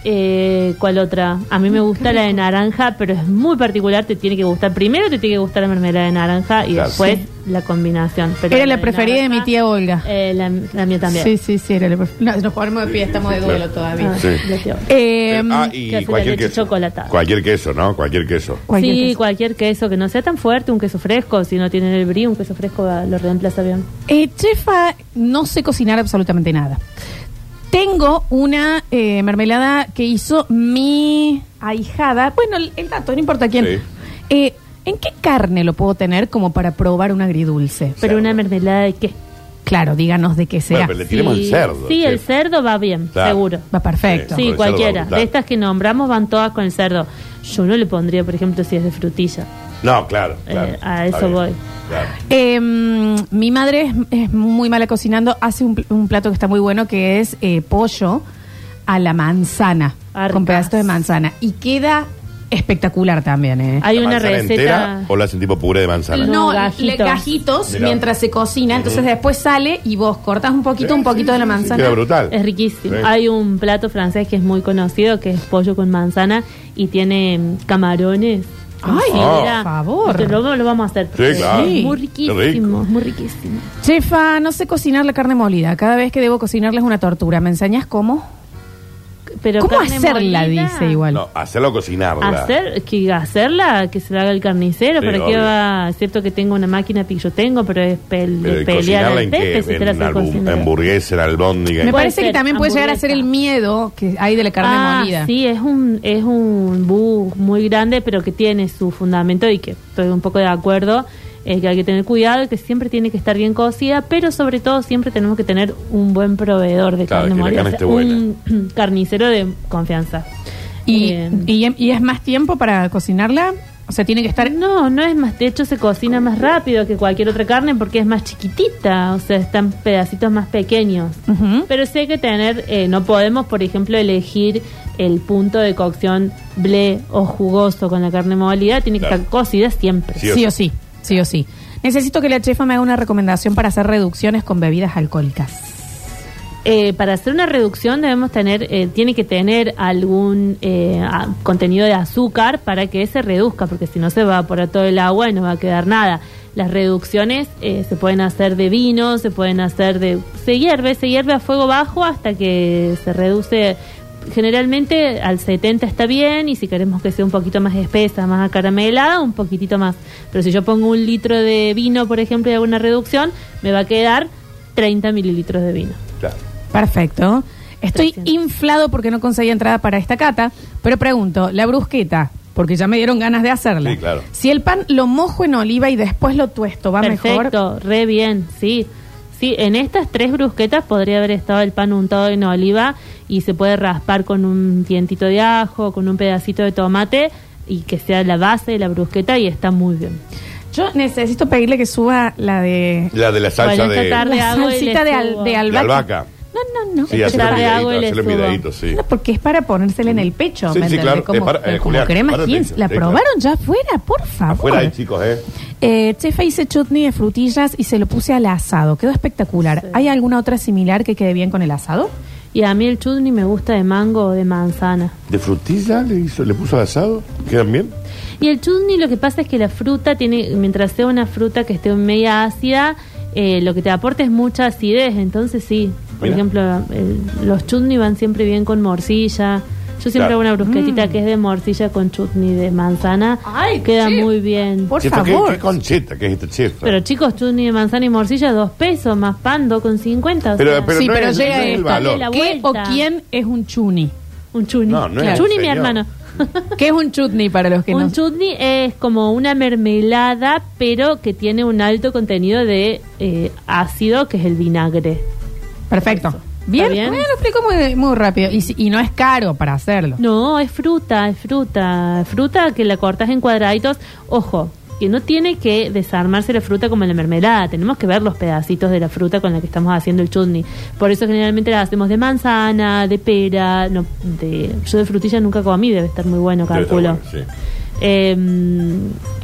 P: Eh, ¿Cuál otra? A mí me
A: Mm,
P: gusta la de naranja, pero es muy particular. Te tiene que gustar. Primero te tiene que gustar la mermelada de naranja y
A: Claro.
P: después la combinación. Pero
A: Era la
P: de
A: preferida de mi
P: naranja,
A: tía Olga.
P: eh, la, la mía también.
A: Sí, sí, sí, era la preferida. Nos ponemos de pie, estamos de duelo
B: claro.
A: todavía.
P: Ah,
B: Sí.
P: la tía Olga.
A: Eh,
B: Ah, y
P: que hace la
B: cualquier
P: leche
B: queso.
P: chocolatada.
B: Cualquier queso, ¿no? Cualquier queso.
A: Cualquier
P: sí,
A: queso.
P: cualquier queso que no sea tan fuerte, un queso fresco. Si no tienen el brie, un queso fresco va- lo reemplaza bien.
A: Eh, chefa, no sé cocinar absolutamente nada. Tengo una eh, mermelada que hizo mi ahijada. Bueno, el, el dato, no importa quién.
B: Sí.
A: Eh, ¿En qué carne lo puedo tener como para probar un agridulce?
P: Pero una mermelada de qué?
A: Claro, díganos de qué
B: Bueno,
A: sea.
B: pero le tiremos el cerdo.
P: Sí, el
B: sí.
P: cerdo va bien,
B: Claro.
P: seguro.
A: Va perfecto.
B: Sí, con
P: Sí,
B: el cerdo va
P: cualquiera.
B: brutal.
P: De estas que nombramos van todas con el cerdo. Yo no le pondría, por ejemplo, si es de frutilla.
B: No, claro.
P: Eh,
B: claro.
P: a
B: Está
P: eso
B: bien.
P: voy.
B: Claro.
A: Eh, mi madre es, es muy mala cocinando. Hace un, pl- un plato que está muy bueno que es eh, pollo a la manzana.
P: Hartas.
A: Con pedacitos de manzana. Y queda espectacular también, ¿eh?
P: Hay
B: ¿La
P: una
B: manzana
P: receta.
B: entera o la hacen tipo puré de manzana?
A: No, le-
P: gajitos.
A: gajitos,
B: Mirá.
A: mientras se cocina. Entonces
B: Ujú.
A: después sale y vos cortas un poquito, un poquito de la manzana.
B: Queda brutal.
P: Es riquísimo.
B: Sí.
P: Hay un plato francés que es muy conocido, que es pollo con manzana y tiene mm, camarones. en
A: Ay,
B: Ah.
P: sidra.
A: por favor.
P: Este, Luego lo vamos a hacer. porque
B: claro.
P: Es muy
A: Sí.
B: Qué
P: riquísimo,
B: rico.
P: es muy riquísimo.
A: Chefa, no sé cocinar la carne molida. Cada vez que debo cocinarla es una tortura. ¿Me enseñás cómo?
P: Pero
A: ¿Cómo
P: carne
A: hacerla?
P: molida,
A: Dice igual.
B: No, hacerlo cocinarla.
P: Hacer, que hacerla, que se la haga el carnicero,
B: Sí,
P: para qué
B: obvio.
P: va, es cierto que tengo una máquina que yo tengo, pero es pel-
B: Pero
P: de
B: y
P: pelear
B: cocinarla
P: al
B: en qué?
P: pepe, se te la
B: En
P: hace
B: albu-
P: cocinar.
B: hamburguesa, en albóndiga.
A: Me
B: en-
P: Puede
A: parece que
P: ser,
A: también puede llegar a
P: hamburguesa.
A: ser el miedo que hay de la carne
P: ah,
A: molida.
P: Sí, es un, es un bug muy grande, pero que tiene su fundamento y que estoy un poco de acuerdo, eh, que hay que tener cuidado, que siempre tiene que estar bien cocida, pero sobre todo siempre tenemos que tener un buen proveedor de
B: Claro,
P: carne
B: que la
P: molida,
B: carne
P: o sea,
B: esté
P: un (clears throat) carnicero de confianza.
A: Y,
P: Eh,
A: y- y es más tiempo para cocinarla. O sea, tiene que estar.
P: No, no es más. De hecho, se cocina más rápido que cualquier otra carne porque es más chiquitita, o sea, están pedacitos más pequeños.
A: Ujú.
P: Pero sí hay que tener, eh, no podemos, por ejemplo, elegir el punto de cocción ble o jugoso con la carne molida, tiene que
B: Claro.
P: estar cocida siempre.
B: Sí o
A: Sí o sí. Sí o sí. Necesito que la chefa me haga una recomendación para hacer reducciones con bebidas alcohólicas.
P: Eh, para hacer una reducción debemos tener, eh, tiene que tener algún eh, a- contenido de azúcar para que se reduzca, porque si no se va por todo el agua y no va a quedar nada. Las reducciones eh, se pueden hacer de vino, se pueden hacer de... Se hierve, se hierve a fuego bajo hasta que se reduce. Generalmente al 70 está bien y si queremos que sea un poquito más espesa, más acaramelada, un poquitito más. Pero si yo pongo un litro de vino, por ejemplo, y hago una reducción, me va a quedar 30 mililitros de vino.
B: Claro.
A: Perfecto. Estoy
P: Gracias.
A: inflado porque no conseguí entrada para esta cata, pero pregunto, la brusqueta, porque ya me dieron ganas de hacerla.
B: Sí, claro.
A: Si el pan lo mojo en oliva y después lo tuesto, ¿va mejor?
P: Perfecto, re bien, sí. Sí, en estas tres brusquetas podría haber estado el pan untado en oliva y se puede raspar con un dientito de ajo, con un pedacito de tomate y que sea la base de la brusqueta y está muy bien.
A: Yo necesito pedirle que suba la de...
B: La de la salsa
P: Bueno, esta
B: de,
P: tarde
A: La
P: hago y
A: salsita
P: le
A: de, al-
P: subo.
A: de
B: de
A: albahaca.
B: albahaca.
A: No, no, no.
B: Sí,
P: Esta
B: hacer un
P: tarde hago y
B: videito,
P: le
B: hacer un
P: subo.
B: videito, sí.
A: No, porque es para ponérsela en el pecho,
B: Sí,
A: ¿me
B: sí,
A: entendés?
B: claro.
A: Como,
B: Es para- eh,
A: como
B: Julián,
A: crema
B: para
A: Heinz.
B: atención,
A: ¿La
B: sí, claro.
A: probaron ya afuera? Por
P: Ah,
A: favor.
B: Afuera hay chicos, ¿eh?
A: Eh, chefa, hice chutney de frutillas y se lo puse al asado. Quedó espectacular. ¿Hay alguna otra similar que quede bien con el asado?
P: Y a mí el chutney me gusta de mango o de manzana.
B: ¿De frutilla le, hizo, le puso al asado? ¿Quedan bien?
P: Y el chutney lo que pasa es que la fruta tiene, mientras sea una fruta que esté media ácida, eh, lo que te aporta es mucha acidez, entonces sí. Por
B: Mira.
P: ejemplo, el- los chutney van siempre bien con morcilla. Yo siempre
B: Claro.
P: hago una brusquetita
B: Mm.
P: que es de morcilla con chutney de manzana. Queda muy bien.
B: Chefa, ¿qué- ¿Qué, concheta que es esta chefa?
P: Pero chicos, chutney de manzana y morcilla, dos pesos, más pan, dos con cincuenta. o
B: Pero-
P: sea,
B: pero
A: sí,
B: no
A: pero
B: es-
A: llega
B: no es el
A: esto.
B: valor.
P: Dale la
A: ¿Qué o
P: vuelta.
A: quién es un chuni?
P: Un chuni.
B: No, no es
A: Claro.
B: el
P: Chutney, mi
B: señor.
P: hermano.
A: ¿Qué es un chutney para los que
P: un
A: no?
P: chutney es como una mermelada, pero que tiene un alto contenido de eh, ácido, que es el vinagre.
A: Perfecto. Bien,
P: bien?
A: Bueno, lo explico muy, muy rápido. Y, si- y no es caro para hacerlo.
P: No, es fruta, es fruta. Fruta que la cortas en cuadraditos. Ojo, que no tiene que desarmarse la fruta como en la mermelada. Tenemos que ver los pedacitos de la fruta con la que estamos haciendo el chutney. Por eso generalmente la hacemos de manzana, de pera. No, de, yo de frutilla nunca comí, debe estar muy bueno,
B: Debe estar
P: calculo.
B: bueno, sí.
P: Eh,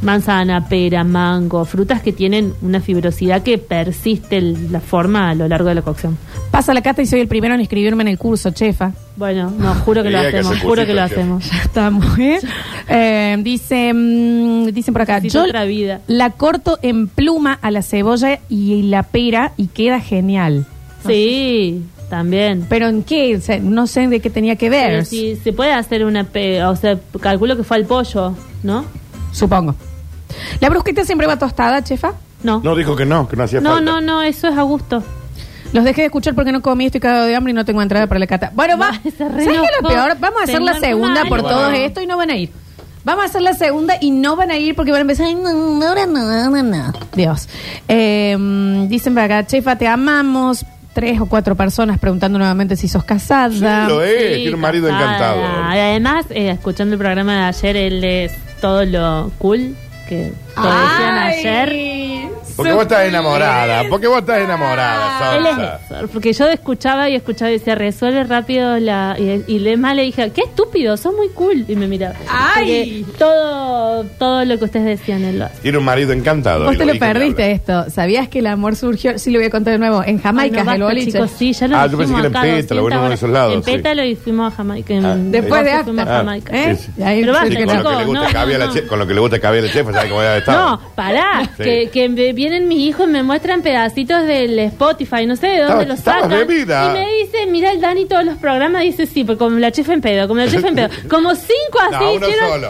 P: manzana, pera, mango, frutas que tienen una fibrosidad que persiste el- la forma a lo largo de la cocción.
A: Pasa la cata y soy el primero en inscribirme en el curso, chefa.
P: Bueno, no, juro que lo
A: Y hay que
P: hacemos,
A: hacer
P: juro que lo
A: cositas,
P: hacemos.
A: Ya estamos, ¿eh? Eh, dice, mm, dicen por acá,
P: Necesito
A: yo
P: otra vida.
A: la corto en pluma a la cebolla y la pera y queda genial.
P: Sí, también.
A: Pero en qué, O sea, no sé de qué tenía que
P: Pero
A: ver.
P: si se puede hacer una, pe- o sea, calculo que fue al pollo, ¿no?
A: Supongo. ¿La brusqueta siempre va tostada, chefa?
P: No.
B: No, dijo que no, que no hacía
P: No,
B: falta.
P: no, no, eso es a gusto.
A: Los dejé de escuchar porque no comí, estoy cagado de hambre y no tengo entrada para la cata. Bueno, va. ¿Sabes qué es lo
P: enojó.
A: peor? Vamos a
P: Se
A: hacer la
P: enojó.
A: segunda por
P: No
B: van a
A: todos
B: ir.
A: esto y no van a ir. Vamos a hacer la segunda y no van a ir porque van a empezar. "Ay, No, no, no, no, no, no". Dios. Eh, mm, dicen para acá, chefa, te amamos. Tres o cuatro personas preguntando nuevamente si sos casada.
B: Sí, lo es. Eh, tiene un marido
P: casada.
B: encantado.
P: Y además, eh, escuchando el programa de ayer, él es todo lo cool que te decían ayer.
B: Porque vos estás enamorada, porque vos estás enamorada,
P: Él es
B: Sonsa.
P: eso, porque yo escuchaba y escuchaba y decía, resuelve rápido la... Y, y le más le dije, qué estúpido, sos muy cool. Y me miraba.
A: Ay.
P: Porque todo, todo lo que ustedes decían, él lo hace.
B: Tiene un marido encantado.
A: Vos
B: y
A: te lo
B: dije que habla.
A: perdiste esto. ¿Sabías que el amor surgió? Sí, lo voy a contar de nuevo. En Jamaica,
P: Ay, no,
A: el
P: basta,
A: boliche.
P: chicos, sí, ya lo
B: Ah, yo pensé
P: dijimos
B: que era en
P: acá
B: Pétalo, bueno, uno de
P: 200
B: esos lados,
P: En
B: sí.
P: Pétalo y fuimos a Jamaica. en-
B: Ah,
A: Después de ¿Eh?
P: Boston fuimos a
B: Ah,
P: Jamaica.
B: sí, sí.
A: Y ahí empezó
P: Pero basta,
B: Sí, con, lo que le
P: chicos,
B: gusta
P: no,
B: caviar a la
P: no.
B: che- con lo que le gusta caviar a la chefa, ¿sabes cómo había estado?
P: No, pará,
B: Sí.
P: que, que me- vienen mis hijos y me muestran pedacitos del Spotify, no sé de dónde
B: Estabas-
P: los
B: estabas
P: sacan.
B: bebida.
P: Y me dicen, mira el Dani todos los programas, dice sí, porque como la chefa en
B: (laughs)
P: pedo, como la chefa en pedo. Como cinco así
B: No, uno
P: hicieron,
B: solo.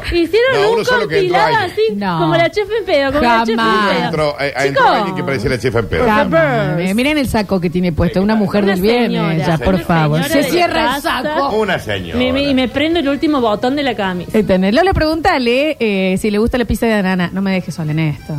B: No,
P: hicieron un
B: uno solo que entró
P: compilado
B: ahí.
P: así,
A: No.
P: como la chefa en pedo, como la chefa
A: Jamás.
P: en pedo.
B: Entró, eh,
P: ah, Chicos.
B: entró alguien que parecía la chefa en pedo.
A: Capaz. Eh, Miren el saco que tiene puesto, una mujer
P: Una
A: del viernes,
P: señora,
A: ya,
B: una
A: por favor.
P: señora
A: Se
P: de
A: cierra el
P: casa.
A: saco.
B: Una señora.
P: Me- me- y me prendo el último botón de la camisa.
A: ¿Entendés? Lola, pregúntale eh, si le gusta la pizza de banana. No me dejes sola en esto.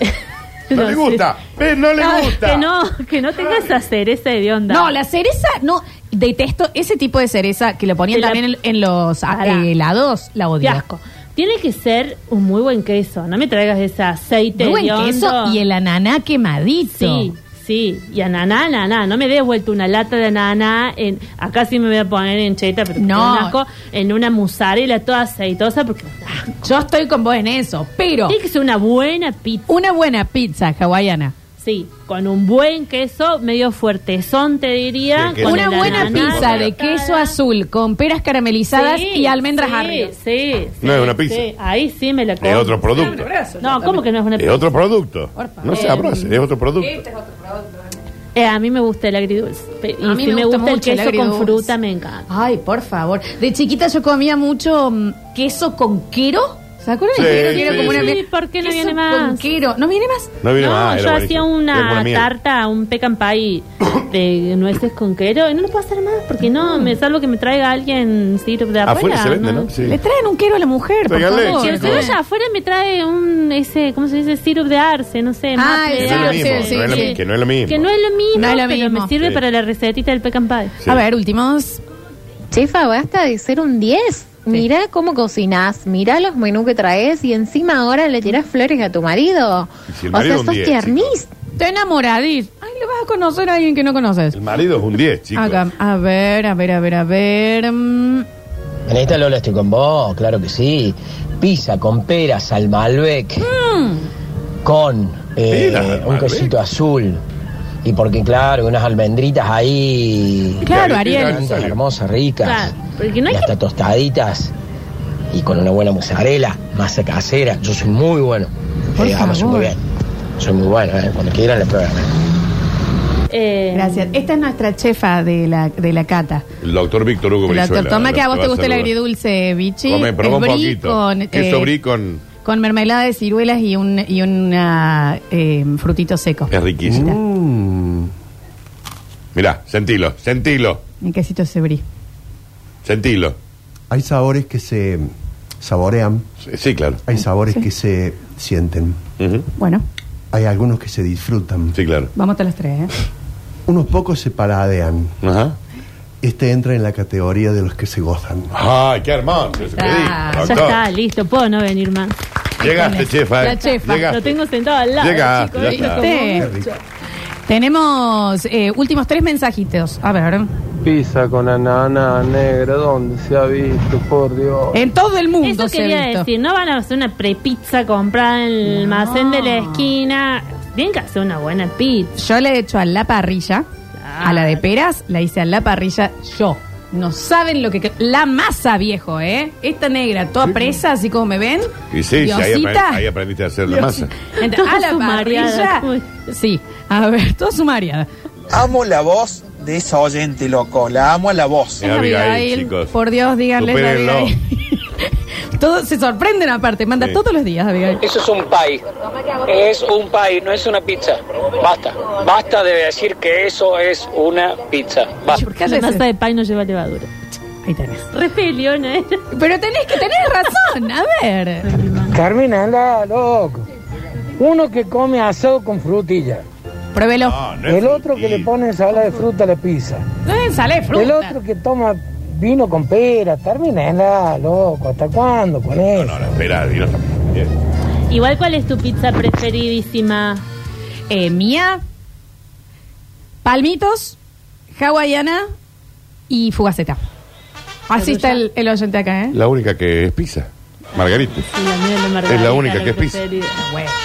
P: (laughs)
B: No le
P: sé.
B: gusta, pero no le
P: No,
B: gusta.
P: Que no, que no tenga esa cereza de onda.
A: No, la cereza, no. Detesto ese tipo de cereza que lo ponían
P: Que la-
A: también en, en los ah,
P: Pará.
A: eh, helados. La
P: Qué
A: odio.
P: asco. Tiene que ser un muy buen queso. No me traigas ese aceite
A: Muy Buen
P: hediondo.
A: queso y el ananá quemadito.
P: Sí, sí. Y ananá, ananá. No me des vuelta una lata de ananá. En, acá sí me voy a poner en cheta, pero
A: No.
P: un asco, en una mozzarella toda aceitosa. porque ah,
A: Yo estoy con vos en eso, pero
P: Tiene que ser una buena pizza.
A: una buena pizza hawaiana.
P: Sí, con un buen queso, medio fuertezón, te diría.
B: Sí, que
P: con
A: Una
P: el
A: buena
P: ananá
A: pizza de
P: cortada.
A: queso azul con peras caramelizadas
P: Sí,
A: y almendras
P: sí,
A: arriba.
P: Sí,
B: No
P: sí,
B: es una pizza.
P: sí. Ahí sí me la
B: Es
P: como.
B: otro producto.
P: No, ¿cómo que no es una
B: Es
P: pizza?
B: otro producto.
A: Porfa.
B: No se
P: Eh,
B: abrace, Este es otro producto.
P: Eh, a mí me gusta el agridulce. Pe- Y
A: A mí
P: si
A: me
P: me
A: gusta
P: gusta,
A: mucho el
P: el queso
A: agridulce.
P: con fruta, me encanta.
A: Ay, por favor. De chiquita yo comía mucho mm, queso con quero. ¿Se acuerdan
B: Sí,
A: de quero? Que era
B: sí,
A: como una
B: sí.
A: mier-
P: ¿Por qué no
A: queso
P: viene
A: Con
P: más?
A: quero. ¿No viene más?
B: No viene más.
P: yo
B: era
P: hacía
B: buenísimo. Era como
P: una
B: mierda.
P: tarta, un pecan pie de nueces con quero y no lo puedo hacer más porque no, me salvo que me traiga alguien syrup de Este, afuera.
B: Afuera se vende, ¿no? Sí.
A: Le traen un quero a la mujer, por
B: Regale,
A: favor.
P: Si el
B: Chico.
P: cebolla afuera me trae un ese, ¿cómo se dice? Syrup de arce, no sé, mate
A: el
P: de
B: Que no es lo
A: sí,
B: mismo,
A: sí,
B: no es lo
A: sí.
B: mi- que no es lo mismo.
P: Que no es lo mismo,
A: No es lo
P: pero
A: mismo.
P: me sirve
B: Sí.
P: para la recetita del pecan pie.
B: Sí.
A: A ver, últimos.
D: Chefa, basta de ser un 10. Mira cómo cocinas, mira los menús que traes y encima ahora le tiras flores a tu marido.
B: Y si el
D: o sea,
B: marido es un
D: sos
B: 10,
D: tiernis.
A: Te enamoradís. Ay, le vas a conocer a alguien que no conoces.
B: El marido es un 10, chicos.
A: Acá. A ver, a ver, a ver, a ver. mm.
R: En esta Lola estoy con vos, claro que sí. Pizza con peras al Malbec, con eh,
P: Mm.
B: Peras al
R: un
B: Malbec.
R: quesito azul, Y porque, claro, unas almendritas ahí.
A: Claro, Ariel.
R: Tantas hermosas, ricas.
P: Claro, porque no
R: y
P: hay
R: hasta
P: que...
R: tostaditas. Y con una buena mozzarella, masa casera. Yo soy muy bueno.
A: Por
R: Eh, además, soy muy
A: favor.
R: bien. Soy muy bueno, eh, Cuando quieran le prueban.
P: Eh,
A: Gracias. Esta es nuestra chefa de la, de la cata.
B: El doctor Víctor Hugo
A: El doctor,
B: Brizuela,
A: toma que a vos
B: va
A: te gusta el
B: saludar.
A: agridulce, bichi.
B: Come, probá
A: El
B: un
A: brie
B: poquito.
A: Con,
B: Queso
A: eh,
B: brie con...
A: con mermelada de ciruelas y un y una, eh, frutito seco. Mm.
B: Es riquísimo. Mirá, sentilo, sentilo,
A: Un quesito de brie.
B: sentilo.
S: Hay sabores que se saborean.
B: Sí, sí, claro.
S: Hay sabores
A: Sí.
S: que se sienten.
A: Bueno,
S: Hay algunos que se disfrutan.
B: Sí, claro.
A: vamos a las tres, ¿eh?
S: Unos pocos se paladean.
B: Ajá.
S: Este entra en la categoría de los que se gozan.
B: ¡Ay, qué hermoso! Eso que
P: Ah,
B: dijo,
P: ya
B: doctor.
P: está, listo, puedo no venir más.
B: Llegaste, chefa. eh.
P: La chefa,
B: Llegaste.
P: lo tengo sentado al lado.
B: Llegaste,
P: chico,
B: ya
P: esto es
B: está.
P: como
A: Sí.
P: mucho.
A: Tenemos eh, últimos tres mensajitos. A ver,
T: Pizza con anana negra, ¿dónde se ha visto? Por Dios.
A: en todo el mundo
P: Eso
A: se ha
P: quería
A: visto.
P: decir, no van a hacer una prepizza comprada en el
A: No.
P: almacén de la esquina. Bien que hacer una buena pizza.
A: Yo le he hecho a la parrilla, a la
P: Ah.
A: de peras, la hice a la parrilla yo. No saben lo que... La masa, viejo, ¿eh? Esta negra, toda presa, así como me ven.
B: Y sí, sí, ahí, apre-
A: Diosita.
B: ahí aprendiste a hacer la masa.
A: Entra- a
P: (laughs)
A: la
P: sumariada,
A: parrilla. Sí, a ver, toda sumariada.
U: Amo la voz de esa oyente, loco. La amo a la voz.
B: Es Abigail, chicos.
A: Por Dios, díganle a
B: Supérenlo.
A: Abigail. (laughs) Todos se sorprenden aparte, manda
B: Sí.
A: todos los días, Abigail.
V: Eso es un pie. Es un pie, no es una pizza. Basta. Basta de decir que eso es una pizza. Basta.
P: La masa de pan no lleva levadura.
A: Ahí tenés.
P: Repeliona era.
A: Pero tenés que tener razón, a ver.
W: Carmen, anda, loco. Uno que come asado con frutilla.
A: Pruébelo.
B: Ah.
W: el otro que le pone ensalada de fruta a la pizza.
A: No es ensalada de fruta.
W: El otro que toma vino con pera. Carmen, anda, loco. ¿Hasta cuándo con eso?
B: Esperá, Dios. Bien.
P: (laughs) Igual, ¿cuál es tu pizza preferidísima?
A: Eh, mía, palmitos, hawaiana y fugaceta. Así está el, el oyente acá, ¿eh?
B: La única que es pizza. Margarita.
P: Sí, la mía de margarita
B: Es la única que es pizza.
P: preferida.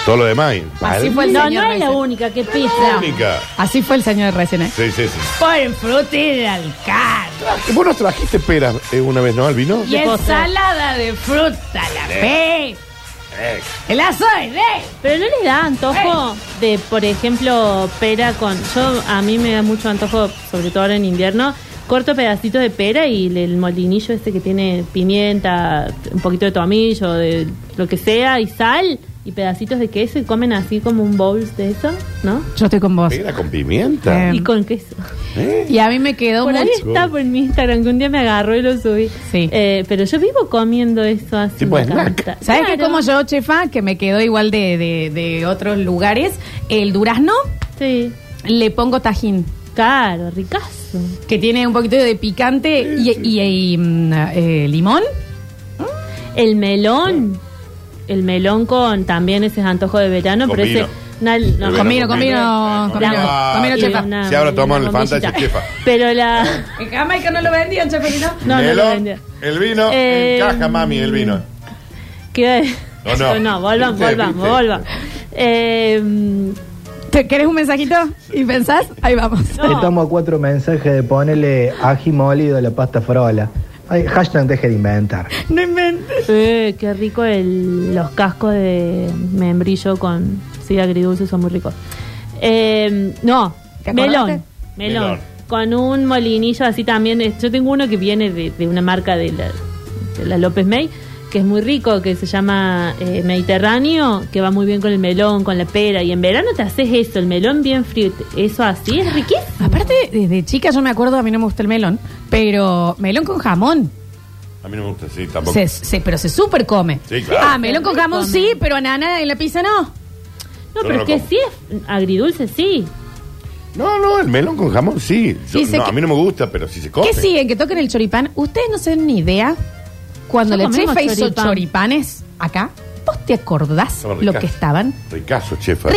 B: Todo lo demás. ¿eh?
A: Así fue el
P: No,
A: señor
P: no es la
A: Reisen.
P: única que es
B: La
P: pizza.
B: única.
A: Así fue el señor recién. ¿eh?
B: Sí, sí, sí.
A: Ponen frutilla al carro
B: ¿Y vos nos trajiste peras eh, una vez, no, al vino?
A: y ensalada de fruta, la fe. El soy de.
P: Pero no les da antojo de, por ejemplo, pera con. Yo, a mí me da mucho antojo, sobre todo ahora en invierno. Corto pedacitos de pera y le- el molinillo este que tiene pimienta, un poquito de tomillo, de lo que sea, y sal, y pedacitos de queso, y comen así como un bowl de eso, ¿no?
A: Yo estoy con vos.
B: Pera con pimienta.
P: Y con queso.
B: ¿Eh?
A: Y a mí me quedó
P: Por ahí
A: mucho.
P: está por mi Instagram, que un día me agarró y lo subí. Eh, pero yo vivo comiendo eso así.
A: Sí,
P: me
A: pues,
P: encanta.
A: ¿Sabes
P: Claro.
A: qué como yo, chefa? Que me quedó igual de, de- de otros lugares. El durazno.
P: Sí.
A: Le pongo tajín.
P: Claro, ricazo.
A: Que tiene un poquito de picante y, y- y, mm, eh, limón.
P: El melón. El melón con también ese antojo de verano,
B: Con
P: pero ese.
B: vino.
P: na- no,
B: El
P: con
B: vino,
P: vino, con
B: con
P: vino,
B: vino.
P: con vino,
B: Ah,
P: con vino,
B: y
P: chefa.
B: una- Se habrá tomado el
P: una
B: Fantasy,
P: bombillita.
B: chefa.
P: Pero la.
A: En Jamaica no lo vendían, chefa, que ¿no?
P: No, no lo
B: Melón,
P: vendía.
B: el vino,
P: Eh,
B: encaja, mami, el vino.
P: ¿Qué?
B: No, no.
P: volvamos,
B: Viste,
P: volvamos,
B: viste.
P: volvamos. Eh,
A: ¿Te querés un mensajito? ¿Y pensás? Ahí vamos.
J: Estamos a cuatro mensajes de ponerle ají molido a la pasta frola. Ay, hashtag deje de inventar.
A: No inventes.
P: Eh, qué rico el- los cascos de membrillo con sí, agridulce son muy ricos. Eh, no,
A: ¿Te acordaste?
P: melón, melón.
A: Melón.
P: Con un molinillo así también. eh, Yo tengo uno que viene de, de una marca de la, de la López May, que es muy rico, que se llama eh, Mediterráneo, que va muy bien con el melón, con la pera. Y en verano te haces eso, el melón bien frío. Eso así es riquísimo.
A: Aparte, desde chica yo me acuerdo, a mí no me gusta el melón, pero melón con jamón.
B: A mí no me gusta, sí, tampoco.
A: Se, se- pero se super come.
B: Sí, claro.
A: Ah, melón con jamón sí, pero anana en la pizza no.
P: No,
B: Yo
P: pero
B: no
P: es que
B: como.
P: sí es agridulce, sí.
B: No, no, el melón con jamón, sí. Yo-
A: Dice
B: no,
A: que-
B: a mí no me gusta, pero sí se come.
A: ¿Qué siguen? Que toquen el choripán. Ustedes no se dan ni idea. Cuando
P: Ya
A: la
P: comemos
A: chefa hizo
P: choripán.
A: choripanes acá, ¿vos te acordás
B: Estaban
A: lo
B: ricas.
A: que estaban?
B: Ricazo, chefa.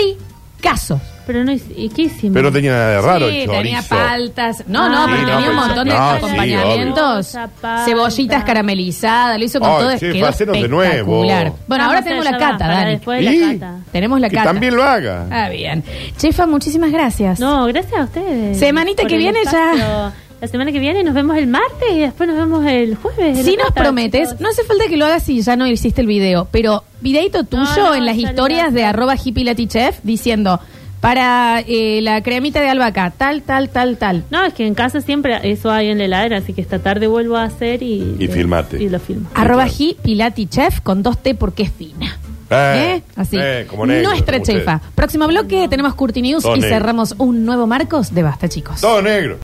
A: Ricazos.
P: Pero no, hic- ¿y qué hicimos?
B: Pero no tenía nada de raro
A: Sí,
B: el
A: tenía
B: chorizo.
A: paltas. No, no,
B: Ah,
A: pero
B: sí,
A: tenía
B: no,
A: un
B: pero-
A: montón de
B: no, sí,
A: acompañamientos.
P: obvio. Zapata.
A: Cebollitas caramelizadas, lo hizo con
B: Ay,
A: todo.
B: che,
A: quedó
B: facenos de nuevo.
A: espectacular. Bueno, ahora
P: Vamos
A: tenemos
P: allá,
A: la cata,
P: para
A: Dani.
P: después la
A: Y
P: cata.
A: Tenemos la
B: Que
A: cata.
B: también lo haga.
A: Ah, bien. Chefa, muchísimas gracias.
P: No, gracias a ustedes.
A: Semanita
P: por
A: que
P: el
A: viene ya.
P: espacio. La semana que viene nos vemos el martes y después nos vemos el jueves.
A: Si
P: La
A: nos
P: cata,
A: prometes,
P: chicos.
A: no hace falta que lo hagas si ya no hiciste el video, pero videito tuyo
P: no,
A: en las
P: ya lo
A: historias de arroba hippilatichef diciendo para eh, la cremita de albahaca, tal, tal, tal, tal.
P: No, es que en casa siempre eso hay en la heladera, así que esta tarde vuelvo a hacer y.
B: Y filmate.
P: Y lo filmo.
A: Arroba hippilatichef con dos T porque es fina.
B: Eh,
A: ¿Eh? Así.
B: eh, como negro,
A: Nuestra
B: como ustedes.
A: chefa. Próximo bloque tenemos Curti News
B: Todo
A: y
B: negro.
A: cerramos un nuevo Marcos de Basta, chicos.
B: Todo negro.